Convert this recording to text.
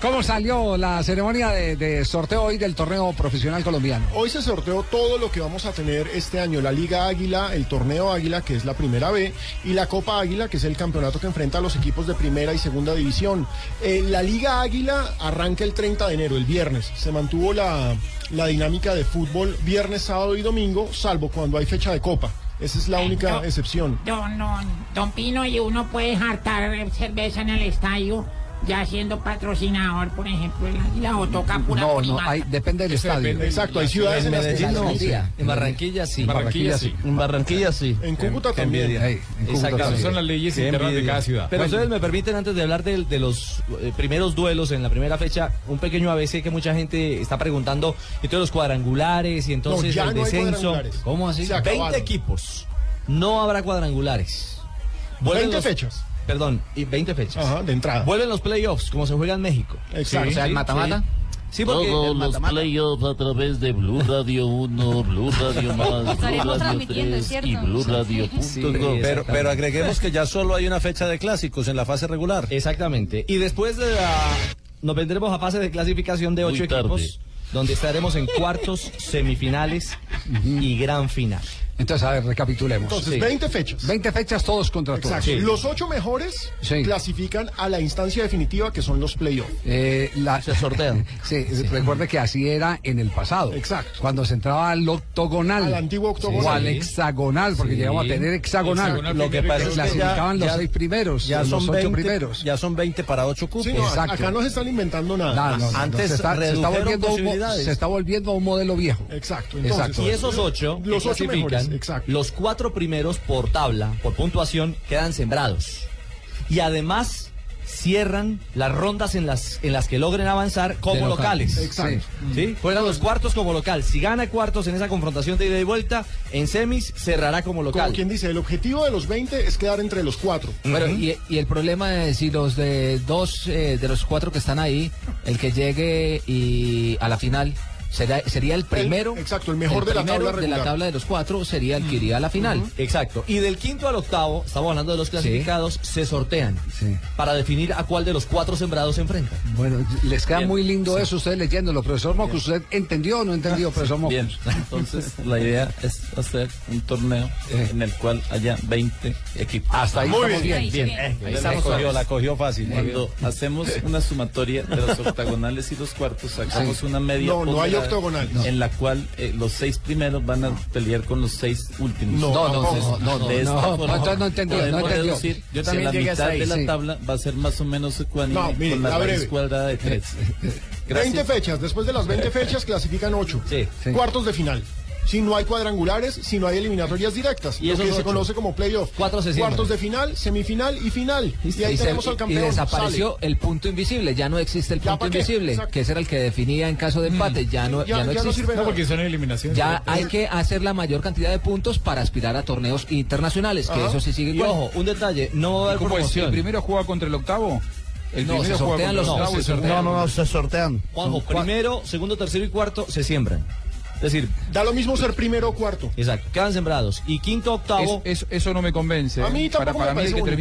¿Cómo salió la ceremonia de, de sorteo hoy del torneo profesional colombiano? Hoy se sorteó todo lo que vamos a tener este año, la Liga Águila, el Torneo Águila, que es la primera B, y la Copa Águila, que es el campeonato que enfrenta a los equipos de primera y segunda división. Eh, la Liga Águila arranca el 30 de enero, el viernes. Se mantuvo la, la dinámica de fútbol viernes, sábado y domingo, salvo cuando hay fecha de Copa. Esa es la única no. excepción. Don, don, don Pino, y uno puede hartar eh, cerveza en el estadio, ya siendo patrocinador, por ejemplo, el Águila, o toca pura No, no, Bolívar. hay, depende del estadio. Exacto, hay ciudades en las que Medellín se no. dice. En Barranquilla sí. Barranquilla sí. En Barranquilla sí. En Cúcuta Qué también. envidia. Ey, en Cúcuta Exacto. también. Son las leyes Qué internas de envidia. cada ciudad. Pero Bueno, ustedes me permiten, antes de hablar del- de, los eh, primeros duelos en la primera fecha, un pequeño ABC que mucha gente está preguntando. Entonces, los cuadrangulares y entonces ya el no hay descenso. cuadrangulares. ¿Cómo así? Se acabaron. 20 equipos. No habrá cuadrangulares. 20 fechas. Perdón, y 20 fechas. Ajá, de entrada. Vuelven los playoffs, como se juega en México. Exacto. O sea, el mata-mata. Sí, porque Todos el los mata-mata- playoffs a través de Blue Radio 1, Blue Radio Más, Blue Estaremos Radio transmitiendo, 3 ¿cierto? y Blue Radio Sí, punto com. exactamente. agreguemos que ya solo hay una fecha de clásicos en la fase regular. Exactamente. Y después de la... Nos vendremos a fase de clasificación de Muy ocho tarde. equipos, donde estaremos en cuartos, semifinales y gran final. Entonces, a ver, recapitulemos. Entonces, Sí. 20 fechas. 20 fechas todos contra Exacto. todos. Los ocho mejores Sí. clasifican a la instancia definitiva, que son los playoffs. Eh, la- Se sortean. Sí, recuerde que así era en el pasado. Exacto. Cuando se entraba al octogonal. Al antiguo octogonal. O al Sí. hexagonal, porque Sí. llegamos a tener hexagonal. Hexagonal Lo que pasa es que clasificaban ya- los ya- seis primeros, ya los son ocho 20, primeros. Ya son 20 para 8 cupos. Sí, no, a- Exacto. acá no se están inventando nada. No, no, no, no, Antes se, está, se está redujeron volviendo un, mo- posibilidades. se está volviendo un modelo viejo. Exacto, entonces- Exacto. Y esos ocho Los que ocho clasifican, mejores, exacto. los cuatro primeros por tabla, por puntuación, quedan sembrados. Y además cierran las rondas en las, en las que logren avanzar como De local. locales. Exacto. ¿Sí? Juegan los cuartos como local. Si gana cuartos en esa confrontación de ida y vuelta, en semis cerrará como Como local. quien dice, el objetivo de los 20 es quedar entre los cuatro. Bueno, y, y el problema es si los de dos, eh, de los cuatro que están ahí, el que llegue y a la final será, sería el primero. El- exacto, el mejor de la primero tabla de regular. la tabla de los cuatro sería el que iría a la final. Exacto. Y del quinto al octavo, estamos hablando de los clasificados, se sortean Sí. para definir a cuál de los cuatro sembrados se enfrenta. Bueno, les queda muy lindo eso ustedes leyéndolo, profesor Mocus. ¿Usted entendió o no entendió, profesor Mocus? Bien, entonces la idea es hacer un torneo en el cual haya 20 equipos. Hasta ahí estamos bien. Ahí la cogió, la cogió fácil. Cuando hacemos una sumatoria de los octagonales y los cuartos, sacamos una media. No, no ponderada hay octagonal. En la cual eh, los seis primeros van a pelear con los seis últimos. No, No, no, no, no, no, de esta no, forma, entonces no entendió, no podemos entendió. deducir Yo que también la llegué hasta mitad ahí, de la sí. tabla va a ser más o menos ecuánime No, mire, con la la raíz breve. cuadrada de tres. Gracias. 20 fechas, después de las 20 fechas clasifican 8. Sí, sí. Cuartos de final. Si no hay cuadrangulares, si no hay eliminatorias directas, Y lo esos que se ocho. conoce como playoff. Cuatro se siembran. Cuartos de final, semifinal y final. Y ahí se- tenemos al y campeón. desapareció sale. el punto invisible, ya no existe el ¿Ya punto pa' qué? invisible, Exacto. que ese era el que definía en caso de empate, Mm. ya no, Ya, ya no ya no existe. sirve No, nada. porque son eliminaciones. Ya directas. hay que hacer la mayor cantidad de puntos para aspirar a torneos internacionales, que Ajá. eso sí sigue Y igual. ojo, un detalle, no va a haber promoción. juega contra el octavo. El No, primero se juega sortean contra los el dos. octavo, se sortean. se sortean. Juanjo, primero, segundo, tercero y cuarto se siembran. Es decir, Da lo mismo ser primero o cuarto. exacto, quedan sembrados. Y quinto, octavo... eso no me convence. eh, A mí tampoco me parece bonito.